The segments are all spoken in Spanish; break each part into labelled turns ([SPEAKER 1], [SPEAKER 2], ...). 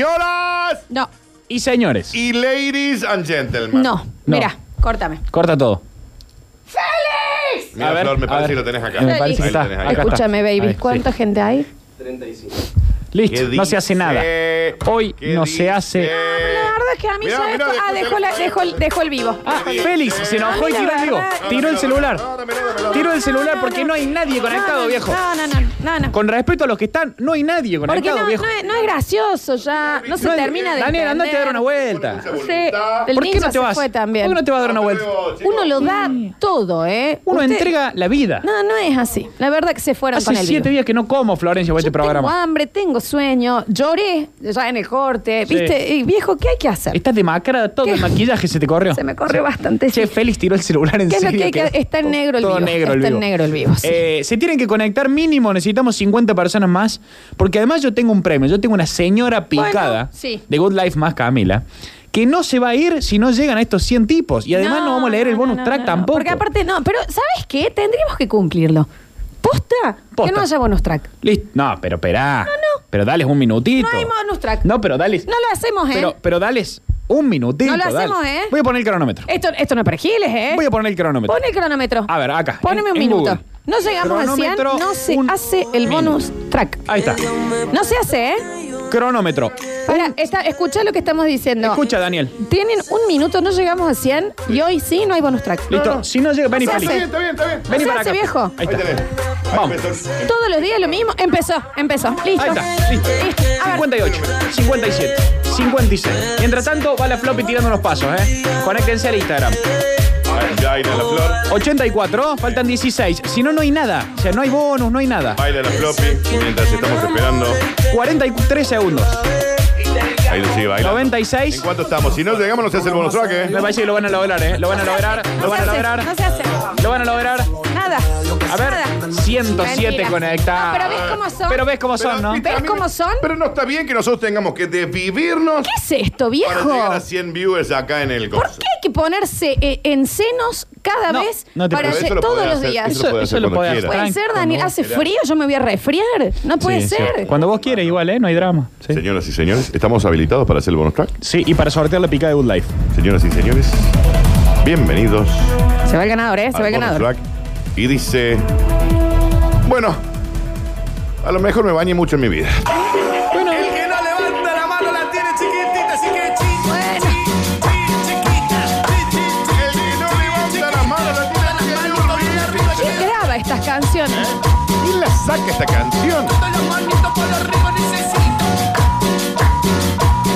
[SPEAKER 1] Señoras
[SPEAKER 2] No,
[SPEAKER 3] Y señores,
[SPEAKER 1] y ladies and gentlemen.
[SPEAKER 2] no. Mira, córtame.
[SPEAKER 3] corta todo.
[SPEAKER 1] Mira,
[SPEAKER 3] A ver,
[SPEAKER 1] Flor, me
[SPEAKER 3] a
[SPEAKER 1] parece
[SPEAKER 3] ver.
[SPEAKER 1] que lo tenés acá.
[SPEAKER 3] Me parece que
[SPEAKER 1] Ahí lo
[SPEAKER 3] está.
[SPEAKER 1] tenés ahí.
[SPEAKER 3] Acá está.
[SPEAKER 4] Escúchame,
[SPEAKER 3] Ahí,
[SPEAKER 4] baby.
[SPEAKER 3] sí.
[SPEAKER 4] ¿Cuánta gente hay?
[SPEAKER 1] ¿Qué
[SPEAKER 3] Listo, no
[SPEAKER 1] dice?
[SPEAKER 3] se hace nada. Hoy
[SPEAKER 1] ¿Qué
[SPEAKER 3] no
[SPEAKER 1] dice? Ah,
[SPEAKER 3] se hace.
[SPEAKER 2] La verdad es que a mí
[SPEAKER 1] Mirá,
[SPEAKER 2] ya
[SPEAKER 1] mirá,
[SPEAKER 2] esto. Ah, dejó, la- dejó el, dejó el vivo.
[SPEAKER 3] Ah,
[SPEAKER 1] dice?
[SPEAKER 3] Félix, se enojó y
[SPEAKER 4] Ah,
[SPEAKER 3] tiró el vivo.
[SPEAKER 2] No,
[SPEAKER 3] Tiró el celular.
[SPEAKER 1] No, dámelo, dámelo.
[SPEAKER 3] Tiró el celular porque no hay nadie conectado,
[SPEAKER 2] no,
[SPEAKER 3] viejo.
[SPEAKER 2] No, no, no, no, no.
[SPEAKER 3] Con respeto a los que están, no hay nadie
[SPEAKER 2] Porque
[SPEAKER 3] conectado,
[SPEAKER 2] no, no,
[SPEAKER 3] viejo.
[SPEAKER 2] es, no es gracioso ya. No se
[SPEAKER 3] No hay-
[SPEAKER 2] termina de.
[SPEAKER 3] Daniel, andate a dar una
[SPEAKER 2] entender.
[SPEAKER 3] vuelta.
[SPEAKER 1] Voluntad.
[SPEAKER 4] Sí. El
[SPEAKER 3] ¿Por qué
[SPEAKER 4] ninja
[SPEAKER 3] no te
[SPEAKER 4] se
[SPEAKER 3] vas?
[SPEAKER 4] fue también.
[SPEAKER 3] ¿Por qué no te vas a dar
[SPEAKER 1] Ah,
[SPEAKER 3] una vuelta?
[SPEAKER 1] Luego, chicos.
[SPEAKER 4] Uno lo da todo, ¿eh?
[SPEAKER 3] Uno
[SPEAKER 4] Usted-
[SPEAKER 3] entrega la vida.
[SPEAKER 4] No, no es así. La verdad que se fueron
[SPEAKER 3] Hace
[SPEAKER 4] con el vivo.
[SPEAKER 3] siete días que no como, Florencia, por
[SPEAKER 4] Yo
[SPEAKER 3] este
[SPEAKER 4] tengo
[SPEAKER 3] programa.
[SPEAKER 4] hambre, tengo sueño, lloré ya en el corte,
[SPEAKER 3] Sí.
[SPEAKER 4] ¿viste? Y, viejo, ¿qué hay que hacer?
[SPEAKER 3] Estás demacrada, todo
[SPEAKER 4] ¿Qué?
[SPEAKER 3] el maquillaje se te corrió.
[SPEAKER 4] Se me corrió bastante.
[SPEAKER 3] Che,
[SPEAKER 4] sí.
[SPEAKER 3] Félix tiró el celular en
[SPEAKER 4] ¿Qué es lo que hay que-
[SPEAKER 3] quedó
[SPEAKER 4] está en negro el
[SPEAKER 3] todo
[SPEAKER 4] vivo,
[SPEAKER 3] negro el
[SPEAKER 4] está en
[SPEAKER 3] vivo.
[SPEAKER 4] negro el vivo, sí.
[SPEAKER 3] Eh, se tienen que conectar mínimo, necesitamos 50 personas más. Porque además yo tengo un premio. Yo tengo una señora
[SPEAKER 2] Bueno,
[SPEAKER 3] picada
[SPEAKER 2] sí.
[SPEAKER 3] de Good Life más Camila. Que no se va a ir si no llegan a estos 100 tipos. Y además no, vamos a leer el
[SPEAKER 2] no,
[SPEAKER 3] bonus
[SPEAKER 2] no,
[SPEAKER 3] track
[SPEAKER 2] no, no.
[SPEAKER 3] tampoco.
[SPEAKER 4] Porque aparte, no, pero ¿sabes qué? Tendríamos que cumplirlo. Posta,
[SPEAKER 3] Posta.
[SPEAKER 4] que no haya bonus track.
[SPEAKER 3] Listo. No, pero esperá.
[SPEAKER 4] No, no.
[SPEAKER 3] Pero dales un minutito.
[SPEAKER 4] No hay bonus track.
[SPEAKER 3] No, pero dales.
[SPEAKER 4] No lo hacemos, ¿eh?
[SPEAKER 3] Pero, pero dales un minutito.
[SPEAKER 4] No lo hacemos,
[SPEAKER 3] dale.
[SPEAKER 4] ¿eh?
[SPEAKER 3] Voy a poner el cronómetro.
[SPEAKER 4] Esto, esto no es para giles, ¿eh?
[SPEAKER 3] Voy a poner el cronómetro.
[SPEAKER 4] Pon el cronómetro.
[SPEAKER 3] A ver, acá,
[SPEAKER 4] Poneme
[SPEAKER 3] en-
[SPEAKER 4] un
[SPEAKER 3] en
[SPEAKER 4] minuto.
[SPEAKER 3] Google.
[SPEAKER 4] No llegamos a 100,
[SPEAKER 3] Cronómetro,
[SPEAKER 4] no se
[SPEAKER 3] un
[SPEAKER 4] hace el
[SPEAKER 3] minuto.
[SPEAKER 4] bonus track.
[SPEAKER 3] Ahí está.
[SPEAKER 4] No se hace, ¿eh?
[SPEAKER 3] Cronómetro.
[SPEAKER 4] Para, está, escucha lo que estamos diciendo.
[SPEAKER 3] Escucha, Daniel.
[SPEAKER 4] Tienen un minuto, no llegamos a 100 y hoy sí no hay bonus track.
[SPEAKER 3] Listo.
[SPEAKER 1] no.
[SPEAKER 3] Si no llega, vení,
[SPEAKER 4] se
[SPEAKER 1] Está
[SPEAKER 3] Félix.
[SPEAKER 1] bien, está bien, está bien.
[SPEAKER 3] Vení
[SPEAKER 4] se
[SPEAKER 3] para
[SPEAKER 4] hace
[SPEAKER 3] acá.
[SPEAKER 4] viejo.
[SPEAKER 3] Ahí
[SPEAKER 1] Ahí
[SPEAKER 3] está.
[SPEAKER 1] tenés. Ahí
[SPEAKER 3] Vamos.
[SPEAKER 1] empezó.
[SPEAKER 4] Todos los días lo mismo. Empezó, empezó. Listo.
[SPEAKER 3] Ahí está, listo.
[SPEAKER 4] A ver.
[SPEAKER 3] 58, 57, 56. Mientras tanto, va la floppy tirando unos pasos, ¿eh? Conéctense al Instagram.
[SPEAKER 1] Ahí Baila la flor.
[SPEAKER 3] 84, faltan 16. Si no, no hay nada. O sea, no hay bonus, no hay nada.
[SPEAKER 1] Baila la floppy. Mientras estamos esperando.
[SPEAKER 3] 43 segundos.
[SPEAKER 1] Ahí le sigue bailando.
[SPEAKER 3] 96.
[SPEAKER 1] ¿En cuánto estamos? Si no llegamos, no se hace el bonus track, ¿eh?
[SPEAKER 3] Me parece que lo van a lograr, ¿eh? Lo van a lograr, lo
[SPEAKER 4] No se
[SPEAKER 3] van a
[SPEAKER 4] hace,
[SPEAKER 3] lograr.
[SPEAKER 4] no se hace.
[SPEAKER 3] Lo van a lograr.
[SPEAKER 4] Nada.
[SPEAKER 3] A ver, 107
[SPEAKER 4] Mentira.
[SPEAKER 3] conectados.
[SPEAKER 4] No, pero ves cómo son.
[SPEAKER 3] Pero ves cómo son,
[SPEAKER 1] Pero,
[SPEAKER 3] ¿no?
[SPEAKER 1] viste, a
[SPEAKER 4] ¿Ves
[SPEAKER 1] mí
[SPEAKER 4] cómo
[SPEAKER 1] me-
[SPEAKER 4] son?
[SPEAKER 1] Pero no está bien que nosotros tengamos que desvivirnos
[SPEAKER 4] ¿Qué es esto,
[SPEAKER 1] para
[SPEAKER 4] viejo?
[SPEAKER 1] llegar a 100 viewers acá en el
[SPEAKER 4] ¿Por
[SPEAKER 1] coso.
[SPEAKER 4] qué hay que ponerse eh, en senos cada
[SPEAKER 3] No,
[SPEAKER 4] vez
[SPEAKER 3] no te
[SPEAKER 4] para
[SPEAKER 3] preocupes.
[SPEAKER 4] lle-
[SPEAKER 1] Eso lo
[SPEAKER 4] todos
[SPEAKER 1] podés
[SPEAKER 4] los
[SPEAKER 1] hacer,
[SPEAKER 4] días?
[SPEAKER 1] Eso, lo
[SPEAKER 3] Eso- eso lo
[SPEAKER 1] podés hacer cuando
[SPEAKER 4] Puede
[SPEAKER 3] podés
[SPEAKER 1] quieras.
[SPEAKER 3] hacer.
[SPEAKER 4] ser,
[SPEAKER 3] Tranqui,
[SPEAKER 4] Daniel,
[SPEAKER 3] cuando
[SPEAKER 4] hace
[SPEAKER 1] quieras.
[SPEAKER 4] frío, yo me voy a resfriar. No puede
[SPEAKER 3] Sí, sí.
[SPEAKER 4] ser.
[SPEAKER 3] Cuando vos quieras, igual, ¿eh? No hay drama. Sí.
[SPEAKER 1] Señoras y señores, ¿estamos habilitados para hacer el bonus track?
[SPEAKER 3] Sí, y para sortear la pica de Good Life.
[SPEAKER 1] Señoras y señores, bienvenidos
[SPEAKER 4] Se va el ganador, ¿eh? Se va
[SPEAKER 1] al
[SPEAKER 4] el
[SPEAKER 1] bonus
[SPEAKER 4] ganador.
[SPEAKER 1] track. Y dice, bueno, a lo mejor me bañé mucho en mi vida.
[SPEAKER 5] El que no levanta la mano la tiene chiquitita, así que chi,
[SPEAKER 4] Bueno.
[SPEAKER 5] chi, chi, chiquita, chi, chi, chi,
[SPEAKER 1] El que no levanta la mano la tiene que arriba.
[SPEAKER 4] ¿Quién graba estas canciones?
[SPEAKER 1] ¿Quién la saca esta canción?
[SPEAKER 5] todos los manitos por arriba necesito.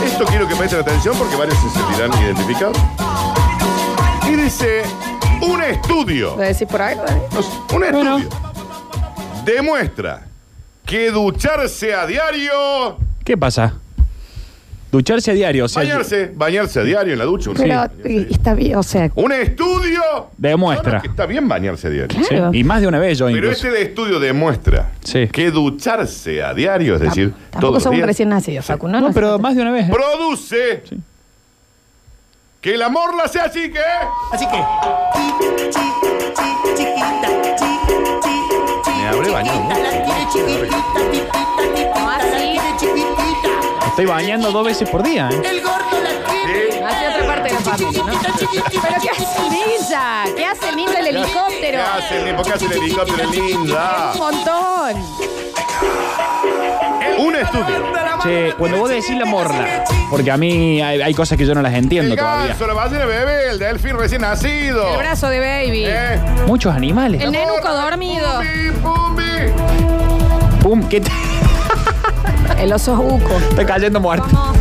[SPEAKER 1] Esto quiero que presten atención porque varios se sentirán identificados. Y dice, un estudio,
[SPEAKER 4] ¿Lo decís por ahí?
[SPEAKER 1] no sé, un estudio, demuestra que ducharse a diario,
[SPEAKER 3] ¿Qué pasa? Ducharse a diario, o sea,
[SPEAKER 1] bañarse, bañarse a diario en la ducha. un-
[SPEAKER 4] Pero
[SPEAKER 1] bañarse
[SPEAKER 4] y- y está bien, o sea,
[SPEAKER 1] Un estudio
[SPEAKER 3] Demuestra.
[SPEAKER 1] No, no, que está bien bañarse a diario.
[SPEAKER 3] sí,
[SPEAKER 4] claro.
[SPEAKER 3] y más de una vez yo
[SPEAKER 1] Pero
[SPEAKER 3] incluso.
[SPEAKER 1] este de estudio demuestra
[SPEAKER 3] Sí.
[SPEAKER 1] que ducharse a diario, es decir, todos
[SPEAKER 4] tampoco
[SPEAKER 1] los
[SPEAKER 4] sos un
[SPEAKER 1] días,
[SPEAKER 4] recién nacido, Facu, ¿no?
[SPEAKER 3] No,
[SPEAKER 4] No,
[SPEAKER 3] pero más de una vez. ¿eh?
[SPEAKER 1] produce que el amor la sea así que
[SPEAKER 5] Así que chi, chi, chi, chiquita, chi, chi, chi,
[SPEAKER 1] Me habré bañado
[SPEAKER 5] chiquita, la tiene chiquitita, tipita,
[SPEAKER 4] Ah,
[SPEAKER 5] tipita, la tiene chiquitita.
[SPEAKER 3] Estoy bañando dos veces por día. ¿eh?
[SPEAKER 5] El gordo la tiene.
[SPEAKER 4] Hacia otra parte de la familia, ¿no?
[SPEAKER 5] Chiquitita, chiquitita,
[SPEAKER 4] ¿Pero qué hace el ninja? ¿Qué hace el ninja el
[SPEAKER 1] ¿Qué
[SPEAKER 4] helicóptero?
[SPEAKER 1] hace el niño? ¿Por qué hace el helicóptero linda?
[SPEAKER 4] Un montón.
[SPEAKER 1] Un estudio.
[SPEAKER 5] levanta la mano,
[SPEAKER 3] Che,
[SPEAKER 5] la
[SPEAKER 3] cuando
[SPEAKER 5] tiene
[SPEAKER 3] vos decís la
[SPEAKER 5] chiquitita,
[SPEAKER 3] morla,
[SPEAKER 5] así que chi.
[SPEAKER 3] porque a mí hay, hay cosas que yo no las entiendo
[SPEAKER 1] El
[SPEAKER 3] todavía.
[SPEAKER 1] ganso, la ballena bebé, el delfín recién nacido.
[SPEAKER 4] El brazo de baby.
[SPEAKER 1] ¿Eh?
[SPEAKER 3] Muchos animales.
[SPEAKER 4] El nenuco dormido.
[SPEAKER 1] Pumbi, pumbi.
[SPEAKER 3] Pum, ¿qué te-
[SPEAKER 4] El oso buco.
[SPEAKER 3] Está cayendo muerto.
[SPEAKER 4] ¿Cómo?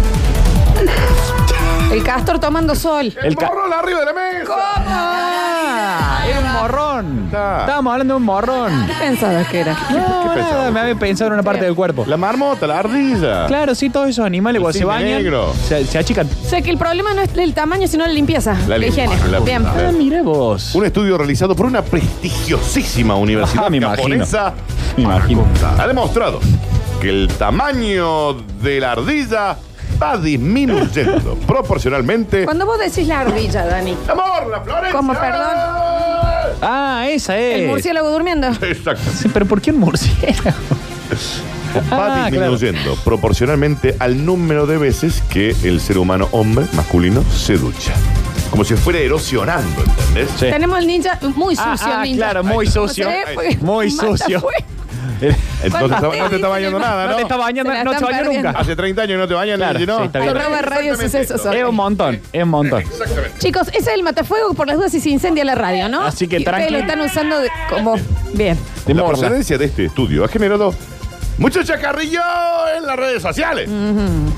[SPEAKER 4] El castor tomando sol.
[SPEAKER 1] El
[SPEAKER 3] El ca-
[SPEAKER 1] morrón arriba de la mesa.
[SPEAKER 3] Ah, era un morrón.
[SPEAKER 1] Está.
[SPEAKER 3] Estábamos hablando de un morrón.
[SPEAKER 4] ¿Qué pensabas que era?
[SPEAKER 3] No,
[SPEAKER 1] pensabas?
[SPEAKER 3] nada, me había pensado en una parte del cuerpo.
[SPEAKER 1] La marmota, la ardilla.
[SPEAKER 3] Claro, sí, todos esos animales
[SPEAKER 1] El
[SPEAKER 3] cuando se
[SPEAKER 1] cisne
[SPEAKER 3] bañan,
[SPEAKER 1] negro.
[SPEAKER 3] se, se achican. Ah,
[SPEAKER 4] O sea que el problema no es el tamaño, sino la limpieza.
[SPEAKER 1] La
[SPEAKER 4] La,
[SPEAKER 1] limpieza,
[SPEAKER 4] higiene.
[SPEAKER 1] la
[SPEAKER 4] Bien.
[SPEAKER 1] limpieza.
[SPEAKER 3] Ah, mira vos.
[SPEAKER 1] Un estudio realizado por una prestigiosísima universidad
[SPEAKER 3] Ah, me imagino.
[SPEAKER 1] japonesa
[SPEAKER 3] Me imagino.
[SPEAKER 1] ha demostrado que el tamaño de la ardilla va disminuyendo proporcionalmente.
[SPEAKER 4] Cuando vos decís la ardilla, Dani,
[SPEAKER 1] ¡Amor, la Florencia!
[SPEAKER 4] ¿Cómo, perdón?
[SPEAKER 3] Ah, esa es.
[SPEAKER 4] el murciélago durmiendo.
[SPEAKER 1] Exacto.
[SPEAKER 3] Sí, pero ¿por qué un murciélago?
[SPEAKER 1] va
[SPEAKER 3] Ah, claro.
[SPEAKER 1] disminuyendo proporcionalmente al número de veces que el ser humano hombre masculino se ducha. Como si fuera erosionando, ¿entendés?
[SPEAKER 3] Sí.
[SPEAKER 4] Tenemos el ninja muy sucio,
[SPEAKER 3] Ah, ah,
[SPEAKER 4] el ninja.
[SPEAKER 3] claro, muy
[SPEAKER 4] No
[SPEAKER 3] sucio.
[SPEAKER 4] se ve porque
[SPEAKER 3] Muy
[SPEAKER 4] mata
[SPEAKER 3] sucio.
[SPEAKER 4] fuego.
[SPEAKER 1] Entonces
[SPEAKER 4] Cuando
[SPEAKER 1] no te está bañando nada,
[SPEAKER 3] No te está
[SPEAKER 1] ¿no?
[SPEAKER 3] bañando,
[SPEAKER 4] Se la
[SPEAKER 3] no te
[SPEAKER 4] están
[SPEAKER 3] bañó
[SPEAKER 4] perdiendo.
[SPEAKER 3] nunca.
[SPEAKER 1] Hace 30 años no te bañan,
[SPEAKER 3] Claro,
[SPEAKER 1] ¿no?
[SPEAKER 3] sí, está bien.
[SPEAKER 4] Arroba radio sucesos.
[SPEAKER 3] Es un montón, es un montón.
[SPEAKER 4] Chicos, ese es el matafuego por las dudas si se incendia la radio, ¿no?
[SPEAKER 3] Así que
[SPEAKER 4] Y ustedes
[SPEAKER 3] tranqui.
[SPEAKER 4] lo están usando de- como. Bien.
[SPEAKER 3] De
[SPEAKER 1] la
[SPEAKER 3] morsa.
[SPEAKER 1] procedencia de este estudio ha generado mucho chacarrillo en las redes sociales,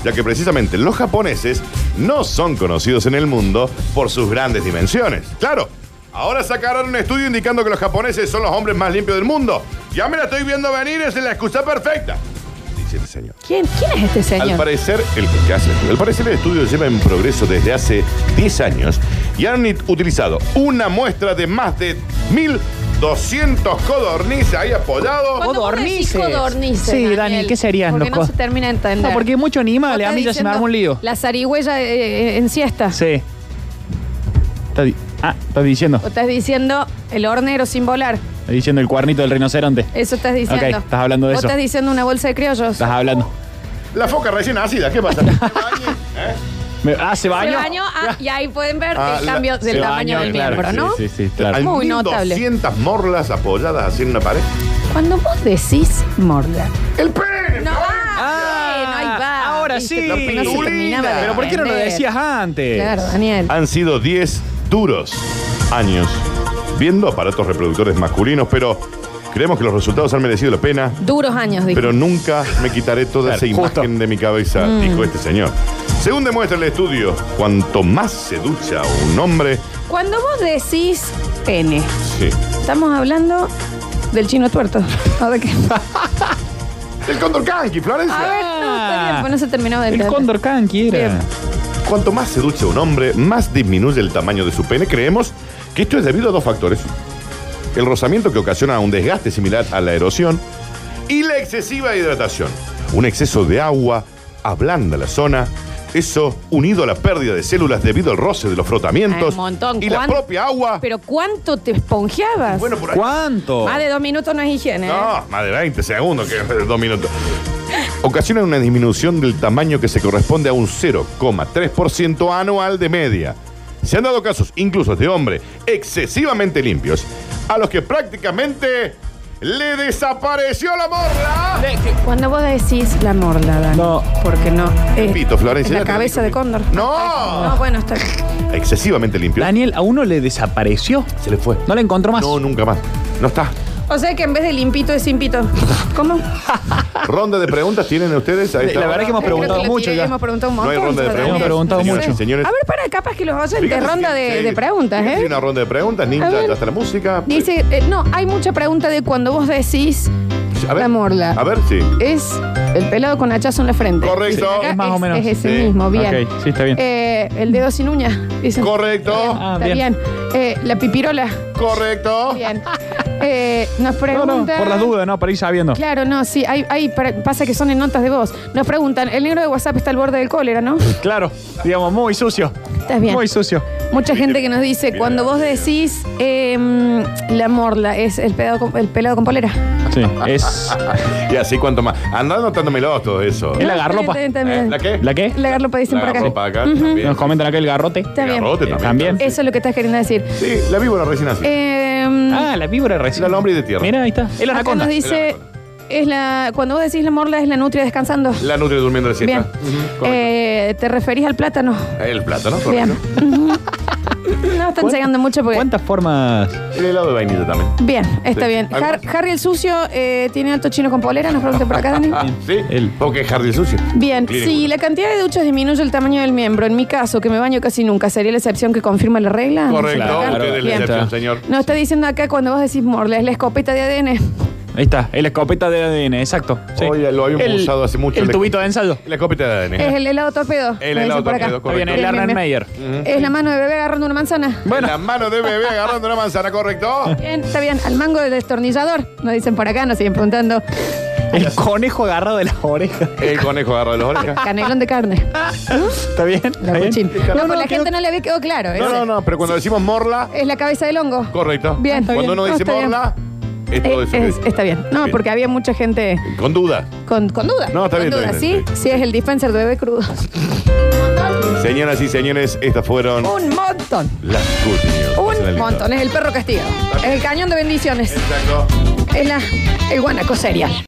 [SPEAKER 1] ya que precisamente los japoneses no son conocidos en el mundo por sus grandes dimensiones. Claro, ahora sacaron un estudio indicando que los japoneses son los hombres más limpios del mundo. Ya me la estoy viendo venir, es la excusa perfecta, dice el señor.
[SPEAKER 4] ¿Quién, quién es este
[SPEAKER 1] Al
[SPEAKER 4] señor?
[SPEAKER 1] parecer, el que hace el estudio. Al parecer el estudio lleva en progreso desde hace 10 años y han it- utilizado una muestra de más de 1.200 codornices ahí apoyados.
[SPEAKER 4] Cuando vos decís
[SPEAKER 3] Codornices.
[SPEAKER 4] Codornices.
[SPEAKER 3] Sí, Dani, ¿qué serían
[SPEAKER 4] Porque
[SPEAKER 3] los
[SPEAKER 4] no
[SPEAKER 3] co-
[SPEAKER 4] se termina de entender.
[SPEAKER 3] No, porque hay mucho
[SPEAKER 4] Vos
[SPEAKER 3] animal, a
[SPEAKER 4] estás
[SPEAKER 3] mí ya se me
[SPEAKER 4] diciendo
[SPEAKER 3] arma un lío.
[SPEAKER 4] La zarigüeya eh, eh, en siesta.
[SPEAKER 3] Sí. Está di- ah, estás diciendo.
[SPEAKER 4] O estás diciendo el hornero sin volar.
[SPEAKER 3] Estás diciendo el cuernito del rinoceronte.
[SPEAKER 4] Eso estás diciendo.
[SPEAKER 3] Ok, estás hablando de
[SPEAKER 4] O
[SPEAKER 3] eso.
[SPEAKER 4] estás diciendo una bolsa de criollos.
[SPEAKER 3] Estás hablando.
[SPEAKER 1] La foca recién ácida, ¿qué pasa? ¿Eh?
[SPEAKER 3] Me- ah, se
[SPEAKER 4] Se
[SPEAKER 3] bañó.
[SPEAKER 4] bañó ah, y ahí pueden ver
[SPEAKER 1] Ah,
[SPEAKER 4] el
[SPEAKER 1] la-
[SPEAKER 4] cambio
[SPEAKER 1] se
[SPEAKER 4] del tamaño
[SPEAKER 3] bañó,
[SPEAKER 4] del
[SPEAKER 3] claro,
[SPEAKER 4] miembro, ¿no?
[SPEAKER 3] Sí, sí, sí, claro.
[SPEAKER 1] Al
[SPEAKER 4] Muy
[SPEAKER 1] 1.200 morlas apoyadas así en una pared.
[SPEAKER 4] Cuando vos decís morder.
[SPEAKER 1] ¡El pene!
[SPEAKER 4] No, ah, sí, no, ahí va.
[SPEAKER 3] ahora
[SPEAKER 4] Viste,
[SPEAKER 3] sí.
[SPEAKER 4] porque No se
[SPEAKER 1] Pirulina.
[SPEAKER 4] terminaba de
[SPEAKER 3] Pero ¿por qué no lo
[SPEAKER 4] aprender.
[SPEAKER 3] decías antes? Ah.
[SPEAKER 4] Claro, Daniel.
[SPEAKER 1] Han sido 10 duros años viendo aparatos reproductores masculinos, pero creemos que los resultados han merecido la pena.
[SPEAKER 4] Duros años, dijo.
[SPEAKER 1] Pero nunca me quitaré toda
[SPEAKER 3] Claro,
[SPEAKER 1] esa
[SPEAKER 3] justo.
[SPEAKER 1] imagen de mi cabeza,
[SPEAKER 4] Mm.
[SPEAKER 1] dijo este señor. Según demuestra el estudio, cuanto más se ducha un hombre,
[SPEAKER 4] Cuando vos decís pene,
[SPEAKER 1] sí.
[SPEAKER 4] estamos hablando del chino tuerto. ¿O de qué?
[SPEAKER 1] El cóndor kanki, Florencia.
[SPEAKER 4] A ver, no, está bien, pues no se terminaba de
[SPEAKER 3] El
[SPEAKER 4] entender.
[SPEAKER 3] cóndor canqui era.
[SPEAKER 4] Bien.
[SPEAKER 1] Cuanto más se ducha un hombre, más disminuye el tamaño de su pene. Creemos que esto es debido a dos factores. El rozamiento que ocasiona un desgaste similar a la erosión y la excesiva hidratación. Un exceso de agua ablanda la zona. Eso unido a la pérdida de células debido al roce de los frotamientos
[SPEAKER 4] Ay, un montón.
[SPEAKER 1] y la
[SPEAKER 4] ¿Cuán-
[SPEAKER 1] propia agua.
[SPEAKER 4] Pero ¿cuánto te esponjeabas?
[SPEAKER 1] bueno, por ahí.
[SPEAKER 3] ¿Cuánto?
[SPEAKER 4] Más Ah, de dos minutos no es higiene. ¿eh?
[SPEAKER 1] No, más de 20 segundos, que dos minutos. Ocasiona una disminución del tamaño que se corresponde a un 0,3% anual de media. Se han dado casos, incluso de hombres excesivamente limpios, a los que prácticamente le desapareció la morla.
[SPEAKER 4] Cuando vos decís la morla, Dani.
[SPEAKER 3] No.
[SPEAKER 4] Porque no. eh,
[SPEAKER 1] Pito, Florencia.
[SPEAKER 4] es la
[SPEAKER 1] ya te
[SPEAKER 4] cabeza de
[SPEAKER 1] dije.
[SPEAKER 4] cóndor. No,
[SPEAKER 1] ¡No!
[SPEAKER 4] bueno, está bien.
[SPEAKER 1] Excesivamente limpio.
[SPEAKER 3] Daniel, a uno le desapareció.
[SPEAKER 1] Se le fue.
[SPEAKER 3] No la encontró más.
[SPEAKER 1] No, nunca más. No está.
[SPEAKER 4] O sea que en vez de limpito es impito. ¿Cómo?
[SPEAKER 1] Ronda de preguntas tienen ustedes. Ahí
[SPEAKER 3] La
[SPEAKER 1] está.
[SPEAKER 3] verdad que hemos
[SPEAKER 4] Creo
[SPEAKER 3] preguntado
[SPEAKER 4] que le
[SPEAKER 3] mucho
[SPEAKER 4] tiré,
[SPEAKER 3] ya.
[SPEAKER 4] Hemos preguntado un
[SPEAKER 1] No hay
[SPEAKER 4] montón,
[SPEAKER 1] ronda de
[SPEAKER 4] Daniel.
[SPEAKER 1] preguntas.
[SPEAKER 3] Hemos preguntado
[SPEAKER 1] señoras y
[SPEAKER 3] mucho.
[SPEAKER 1] señores.
[SPEAKER 4] A ver, para, capaz que los oyentes,
[SPEAKER 1] Fíjate,
[SPEAKER 4] ronda de,
[SPEAKER 1] sí,
[SPEAKER 4] de preguntas,
[SPEAKER 1] sí,
[SPEAKER 4] ¿eh?
[SPEAKER 1] una ronda de preguntas,
[SPEAKER 4] A
[SPEAKER 1] ninja,
[SPEAKER 4] ver.
[SPEAKER 1] hasta la música.
[SPEAKER 4] Dice, eh, no, hay mucha pregunta de cuando vos decís
[SPEAKER 1] A ver,
[SPEAKER 4] la morla.
[SPEAKER 1] A ver, sí.
[SPEAKER 4] Es el pelado con hachazo en la frente.
[SPEAKER 1] Correcto.
[SPEAKER 4] Dice, acá
[SPEAKER 3] Es más o menos.
[SPEAKER 4] Es ese
[SPEAKER 1] Sí.
[SPEAKER 4] mismo, bien.
[SPEAKER 3] Ok, sí, está bien.
[SPEAKER 4] Eh, el dedo sin uña, dicen.
[SPEAKER 1] Correcto.
[SPEAKER 4] Bien,
[SPEAKER 3] Ah,
[SPEAKER 4] está
[SPEAKER 3] bien.
[SPEAKER 4] bien. Eh, la pipirola,
[SPEAKER 1] Correcto.
[SPEAKER 4] bien. Eh, nos
[SPEAKER 3] No,
[SPEAKER 4] preguntan...
[SPEAKER 3] no, por las dudas, no, para ir sabiendo.
[SPEAKER 4] Claro, no, sí, hay, hay, para- pasa que son en notas de voz. Nos preguntan, el negro de WhatsApp está al borde del cólera, ¿no?
[SPEAKER 3] Claro, digamos, muy sucio.
[SPEAKER 4] Estás bien.
[SPEAKER 3] Muy sucio.
[SPEAKER 4] Mucha gente que nos dice,
[SPEAKER 1] Mira.
[SPEAKER 4] cuando vos decís em, la morla, es el pelado con, el pelado con polera.
[SPEAKER 3] Sí, es.
[SPEAKER 1] Y así cuanto más. Andá anotándomelo todo eso.
[SPEAKER 3] Es la
[SPEAKER 4] Está
[SPEAKER 3] garropa.
[SPEAKER 4] bien, está
[SPEAKER 1] ¿Eh?
[SPEAKER 4] bien.
[SPEAKER 1] ¿La qué?
[SPEAKER 3] ¿La qué?
[SPEAKER 4] La garropa dicen
[SPEAKER 1] La
[SPEAKER 4] por acá.
[SPEAKER 1] garropa acá.
[SPEAKER 3] Nos
[SPEAKER 1] también.
[SPEAKER 3] comentan acá el garrote.
[SPEAKER 4] Está bien.
[SPEAKER 1] Garrote también.
[SPEAKER 3] También.
[SPEAKER 4] Eso es lo que estás queriendo decir.
[SPEAKER 1] Sí, la víbora recién así.
[SPEAKER 4] Em,
[SPEAKER 3] Ah, la víbora recién.
[SPEAKER 1] La lombriz de tierra.
[SPEAKER 3] Mira, ahí está. Es la
[SPEAKER 4] acá
[SPEAKER 3] anaconda.
[SPEAKER 4] nos dice, es la, cuando vos decís la morla, es la nutria descansando.
[SPEAKER 1] La nutria durmiendo recién.
[SPEAKER 4] Bien.
[SPEAKER 1] Ujú, correcto.
[SPEAKER 4] Eh, ¿Te referís al plátano?
[SPEAKER 1] El plátano,
[SPEAKER 4] Bien.
[SPEAKER 1] correcto.
[SPEAKER 4] Ujú. no están
[SPEAKER 3] ¿Cuánta-
[SPEAKER 4] llegando mucho
[SPEAKER 1] pues.
[SPEAKER 4] porque...
[SPEAKER 3] ¿Cuántas formas?
[SPEAKER 1] El helado de vainilla también.
[SPEAKER 4] Bien, está
[SPEAKER 1] Sí.
[SPEAKER 4] bien.
[SPEAKER 1] ¿Algo
[SPEAKER 4] Har-
[SPEAKER 1] más?
[SPEAKER 4] Harry el sucio eh, tiene alto chino con polera, nos preguntan por acá, Dani.
[SPEAKER 1] Sí.
[SPEAKER 3] El-
[SPEAKER 1] Porque es jardín sucio.
[SPEAKER 4] Bien,
[SPEAKER 1] Clínico.
[SPEAKER 4] si la cantidad de duchas disminuye el tamaño del miembro, en mi caso, que me baño casi nunca, ¿sería la excepción que confirma la regla?
[SPEAKER 1] Correcto.
[SPEAKER 3] Claro,
[SPEAKER 1] Usted es la
[SPEAKER 3] bien.
[SPEAKER 1] excepción, señor.
[SPEAKER 4] No, está diciendo acá cuando vos decís morla, es la escopeta de ADN.
[SPEAKER 3] Ahí está, es la escopeta de ADN, exacto. sí.
[SPEAKER 1] Oye, lo habíamos
[SPEAKER 3] El-
[SPEAKER 1] usado hace mucho.
[SPEAKER 3] El
[SPEAKER 1] Le-
[SPEAKER 3] tubito de ensayo.
[SPEAKER 1] La copita de ADN.
[SPEAKER 4] Es el helado torpedo.
[SPEAKER 1] El
[SPEAKER 4] me
[SPEAKER 1] helado
[SPEAKER 4] dicen por acá.
[SPEAKER 1] torpedo,
[SPEAKER 3] Está bien,
[SPEAKER 1] correcto.
[SPEAKER 4] Bien,
[SPEAKER 3] el
[SPEAKER 4] bien,
[SPEAKER 3] Arnold
[SPEAKER 4] bien.
[SPEAKER 3] Meyer.
[SPEAKER 4] Es la mano de bebé agarrando una manzana.
[SPEAKER 1] En La
[SPEAKER 3] Bueno,
[SPEAKER 1] mano de bebé agarrando una manzana, correcto.
[SPEAKER 4] Bien, está bien. Al mango del destornillador, nos dicen por acá, nos siguen preguntando.
[SPEAKER 3] el conejo agarrado de las orejas.
[SPEAKER 1] El conejo agarra de las orejas.
[SPEAKER 4] Canelón de carne.
[SPEAKER 3] ¿Está bien?
[SPEAKER 4] La
[SPEAKER 3] ¿Está bien?
[SPEAKER 4] cuchín. No,
[SPEAKER 3] No,
[SPEAKER 4] pues
[SPEAKER 3] no,
[SPEAKER 4] la
[SPEAKER 3] quedó-
[SPEAKER 4] gente no le había quedado claro.
[SPEAKER 1] No,
[SPEAKER 4] ese.
[SPEAKER 1] no, no, pero cuando decimos morla,
[SPEAKER 4] Es la cabeza del hongo.
[SPEAKER 1] correcto.
[SPEAKER 4] Bien.
[SPEAKER 1] Cuando uno
[SPEAKER 4] Ah,
[SPEAKER 1] dice
[SPEAKER 4] está bien.
[SPEAKER 1] morla, Es todo
[SPEAKER 4] Eh,
[SPEAKER 1] eso que
[SPEAKER 4] es-
[SPEAKER 1] dije.
[SPEAKER 4] está bien. No,
[SPEAKER 1] Bien.
[SPEAKER 4] porque había mucha gente
[SPEAKER 1] Con duda.
[SPEAKER 4] con, con duda.
[SPEAKER 1] No, está
[SPEAKER 4] Con
[SPEAKER 1] bien, está
[SPEAKER 4] duda,
[SPEAKER 1] bien,
[SPEAKER 4] ¿sí?
[SPEAKER 1] está bien.
[SPEAKER 4] Sí, es el dispenser de bebé crudo.
[SPEAKER 1] Señoras y señores, estas fueron
[SPEAKER 4] Un montón.
[SPEAKER 1] las good news. Pasen la
[SPEAKER 4] Un
[SPEAKER 1] lista.
[SPEAKER 4] montón. Es el perro castigado. Es el cañón de bendiciones.
[SPEAKER 1] Exacto.
[SPEAKER 4] Es la, el guanaco serial.